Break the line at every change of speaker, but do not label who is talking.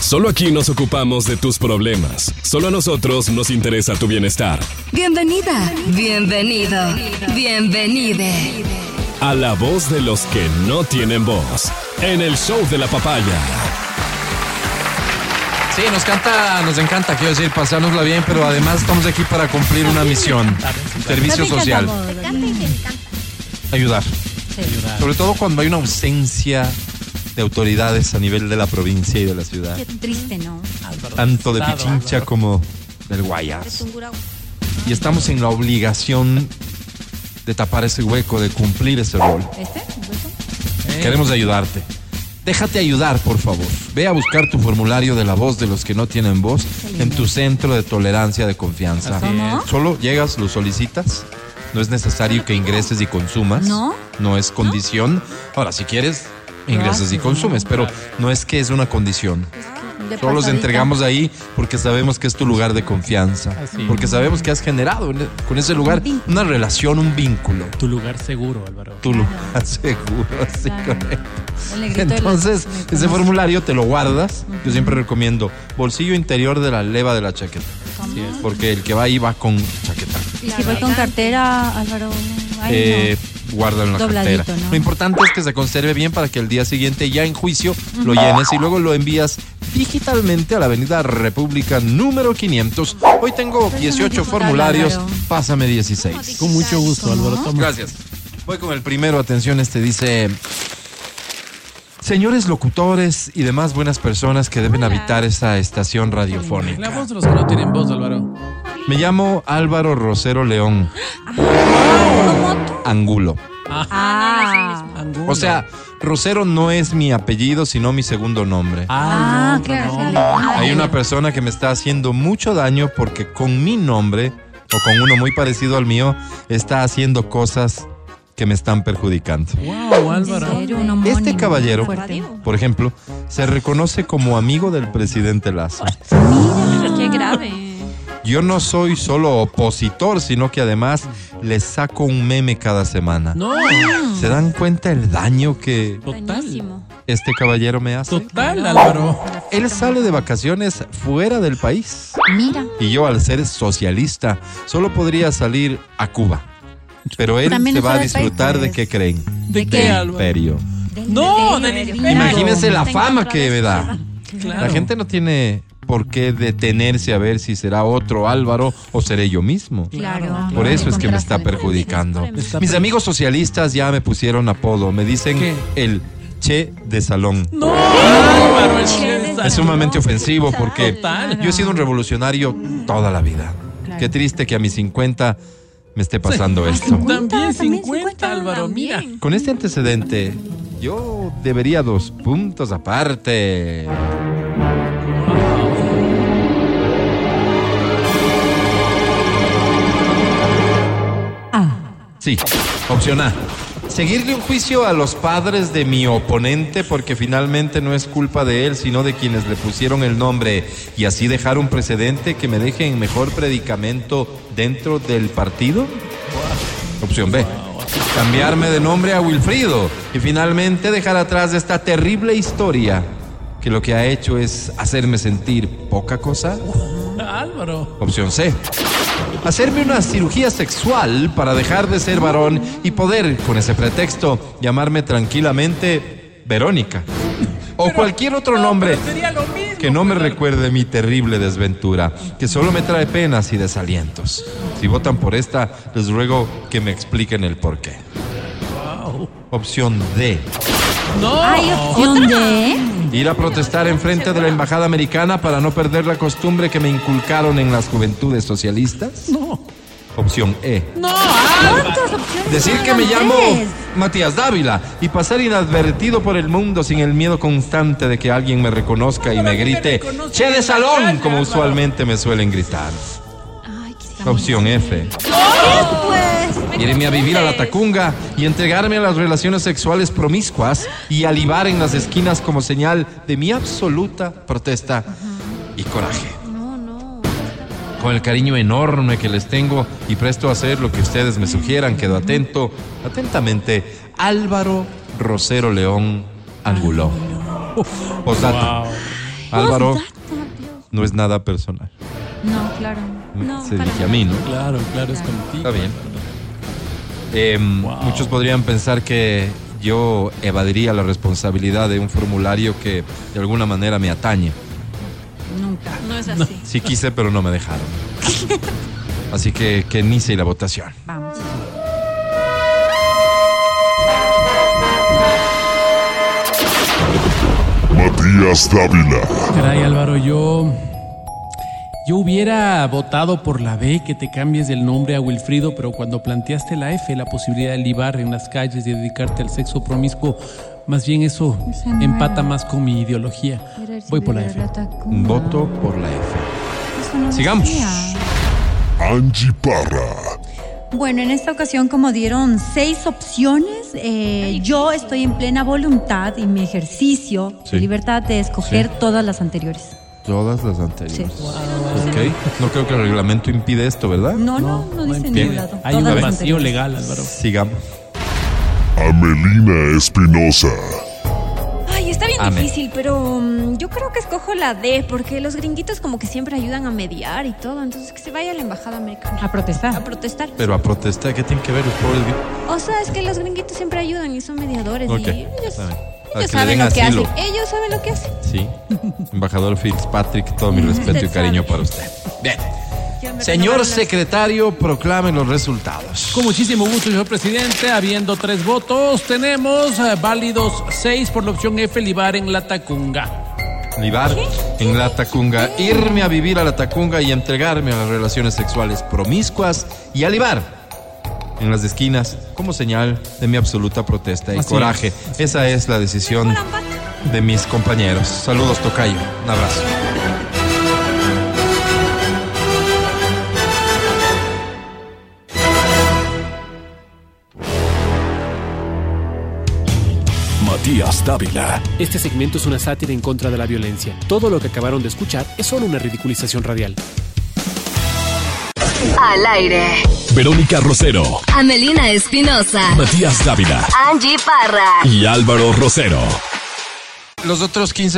Solo aquí nos ocupamos de tus problemas. Solo a nosotros nos interesa tu bienestar.
Bienvenida, bienvenido, bienvenide.
A la voz de los que no tienen voz. En el show de la papaya.
Sí, nos canta, nos encanta, quiero decir, pasárnosla bien, pero además estamos aquí para cumplir una misión, servicio social, ayudar. Sobre todo cuando hay una ausencia de autoridades a nivel de la provincia y de la ciudad,
Qué triste, ¿no?
tanto de Pichincha como del Guayas. Y estamos en la obligación de tapar ese hueco, de cumplir ese rol.
¿Este?
¿Eh? Queremos ayudarte. Déjate ayudar, por favor. Ve a buscar tu formulario de la voz de los que no tienen voz en tu centro de tolerancia de confianza.
¿Cómo?
Solo llegas, lo solicitas. No es necesario que ingreses y consumas.
¿No?
No es condición. Ahora, si quieres, ingresas y consumes, pero no es que es una condición.
De
Solo los
pasadita.
entregamos ahí porque sabemos que es tu lugar de confianza. Porque sabemos que has generado en- e, con ese lugar una relación, un vínculo.
Tu lugar seguro, Álvaro.
Tu lugar seguro, así
Claro.
correcto.
El negrito de los-
Entonces,
me conoce.
ese formulario te lo guardas. Yo siempre recomiendo bolsillo interior de la leva de la chaqueta. Porque el que va ahí va con chaqueta.
Y si voy con cartera, Álvaro. Ay,
Eh, guarda en la
Dobladito,
cartera.
¿no?
Lo importante es que se conserve bien para que el día siguiente ya en juicio lo llenes y luego lo envías digitalmente a la Avenida República número 500. Hoy tengo 18
digital,
formularios,
Álvaro.
pásame 16.
Con mucho gusto, Álvaro. Toma.
Gracias. Voy con el primero, atención, este dice... Señores locutores y demás buenas personas que deben habitar esa estación
La
radiofónica.
voz de los que no tienen voz, Álvaro.
Me llamo Álvaro Rosero León Angulo.
Ah,
Angulo.
O sea, Rosero no es mi apellido, sino mi segundo nombre.
Ah,
ah,
no,
claro.
no.
se le- ah,
Hay una persona que me está haciendo mucho daño porque con mi nombre, o con uno muy parecido al mío, está haciendo cosas que me están perjudicando.
Wow,
¿en
Álvaro.
serio? Un homónimo.
Este caballero,
Fuerte.
por ejemplo, se reconoce como amigo del presidente Lazo.
Qué grave.
Yo no soy solo opositor, sino que además le saco un meme cada semana.
No,
Ah,
¿Se dan cuenta el daño que
total.
Buenísimo.
este caballero me hace?
Total, Álvaro.
Él sale de vacaciones fuera del país.
Mira.
Y yo, al ser socialista, solo podría salir a Cuba. Pero él
También
se va a
fuera del país,
disfrutar de
pues.
qué creen.
¿De
¿De
qué,
qué?
Del
Álvaro?
imperio.
del
No,
imperio.
del imperio.
Imagínense la
Tengo
fama
otra
que
vez
me da.
Claro.
La gente no tiene por qué detenerse a ver si será otro Álvaro o seré yo mismo.
Claro.
Por eso es que me está
Contraste.
perjudicando.
Me está
Mis
perju-
amigos socialistas ya me pusieron apodo. Me dicen
¿Qué?
el Che de Salón.
No, Álvaro, es que
Es sumamente ofensivo porque
Total.
yo he sido un revolucionario toda la vida. Qué triste que a mis 50 me esté pasando esto.
También 50,
También 50,
Álvaro, mira.
Con este antecedente, yo debería dos puntos aparte. Sí, opción A. Seguirle un juicio a los padres de mi oponente porque finalmente no es culpa de él, sino de quienes le pusieron el nombre y así dejar un precedente que me deje en mejor predicamento dentro del partido. Opción B. Cambiarme de nombre a Wilfrido y finalmente dejar atrás esta terrible historia que lo que ha hecho es hacerme sentir poca cosa.
Álvaro.
Opción C. Hacerme una cirugía sexual para dejar de ser varón y poder, con ese pretexto, llamarme tranquilamente Verónica. O cualquier otro nombre
Pero sería lo mismo.
que no me recuerde mi terrible desventura, que solo me trae penas y desalientos. Si votan por esta, les ruego que me expliquen el porqué. Opción D.
No.
Hay opción de.
Ir a protestar enfrente de la embajada americana para no perder la costumbre que me inculcaron en las juventudes socialistas.
No.
Opción E.
No, Álvaro.
¿Cuántas opciones
Decir
son,
que me llamo
Andrés?
Matías Dávila y pasar inadvertido por el mundo sin el miedo constante de que alguien me reconozca y
Pero
me
que me
grite
reconozca
Che
en
de
la
salón,
calle,
como
Álvaro.
usualmente me suelen gritar.
Ay, qué
Opción F.
pues.
Irme a vivir a la Tacunga y entregarme a las relaciones sexuales promiscuas y alivar en las esquinas como señal de mi absoluta protesta y coraje. Con el cariño enorme que les tengo y presto a hacer lo que ustedes me sugieran, quedo atento, atentamente, Álvaro Rosero León Anguló. Postdata. Álvaro,
What's that? Dios.
no es nada personal.
No, claro. No,
Se
para
dirige a
nada.
mí, ¿no?
Claro, claro, es contigo.
Está bien. Em,
Wow.
Muchos podrían pensar que yo evadiría la responsabilidad de un formulario que de alguna manera me atañe.
Nunca.
No es así.
Sí quise, pero no me dejaron. Así que que inicie la votación.
Vamos.
Matías Dávila,
Caray, Álvaro, yo. Yo hubiera votado por la B que te cambies el nombre a Wilfrido, pero cuando planteaste la F, la posibilidad de libar en las calles y dedicarte al sexo promiscuo, más bien eso
Esa no
empata
era.
más con mi ideología. Voy por la F.
Voto por la F.
Eso no
Sigamos.
decía.
Angie Parra,
Bueno, en esta ocasión, como dieron seis opciones, eh, yo estoy en plena voluntad y mi ejercicio,
Sí.
mi libertad de escoger
Sí.
todas las anteriores.
Todas las anteriores.
Sí.
Ok. No creo que el reglamento impide esto, ¿verdad?
No, no, no, dice en ningún
entiende.
lado.
Hay
todas
un
las
vacío
anteriores.
legal, Álvaro.
Sigamos.
Amelina Espinosa,
Ay, está bien
Amén.
difícil, pero mm, yo creo que escojo la D, porque los gringuitos como que siempre ayudan a mediar y todo, entonces que se vaya a la embajada americana
A
a
protestar.
protestar.
Pero a protestar, ¿qué tienen que ver los pobres? vi-
O sea, es que los gringuitos siempre ayudan y son mediadores
Ok,
y ellos,
está bien.
ellos
A que le
saben
den
lo que
asilo.
hacen. Ellos saben lo que hacen.
Sí. Embajador Fitzpatrick, todo mi respeto y
Usted
cariño
sabe.
para usted. Bien.
Ya me
Señor
renovaron las-
secretario, proclame los resultados.
Con muchísimo gusto, señor presidente. Habiendo tres votos, tenemos eh, válidos seis por la opción F, libar en la tacunga.
Libar en la Tacunga, irme a vivir a la Tacunga y entregarme a las relaciones sexuales promiscuas y a Libar en las esquinas como señal de mi absoluta protesta y
Así
coraje. Esa es la decisión de mis compañeros. Saludos, Tocayo. Un abrazo.
Matías Dávila,
Este segmento es una sátira en contra de la violencia. Todo lo que acabaron de escuchar es solo una ridiculización radial.
Al aire.
Verónica Rosero,
Amelina Espinosa.
Matías Dávila
Angie Parra.
y Álvaro Rosero.
Los otros 15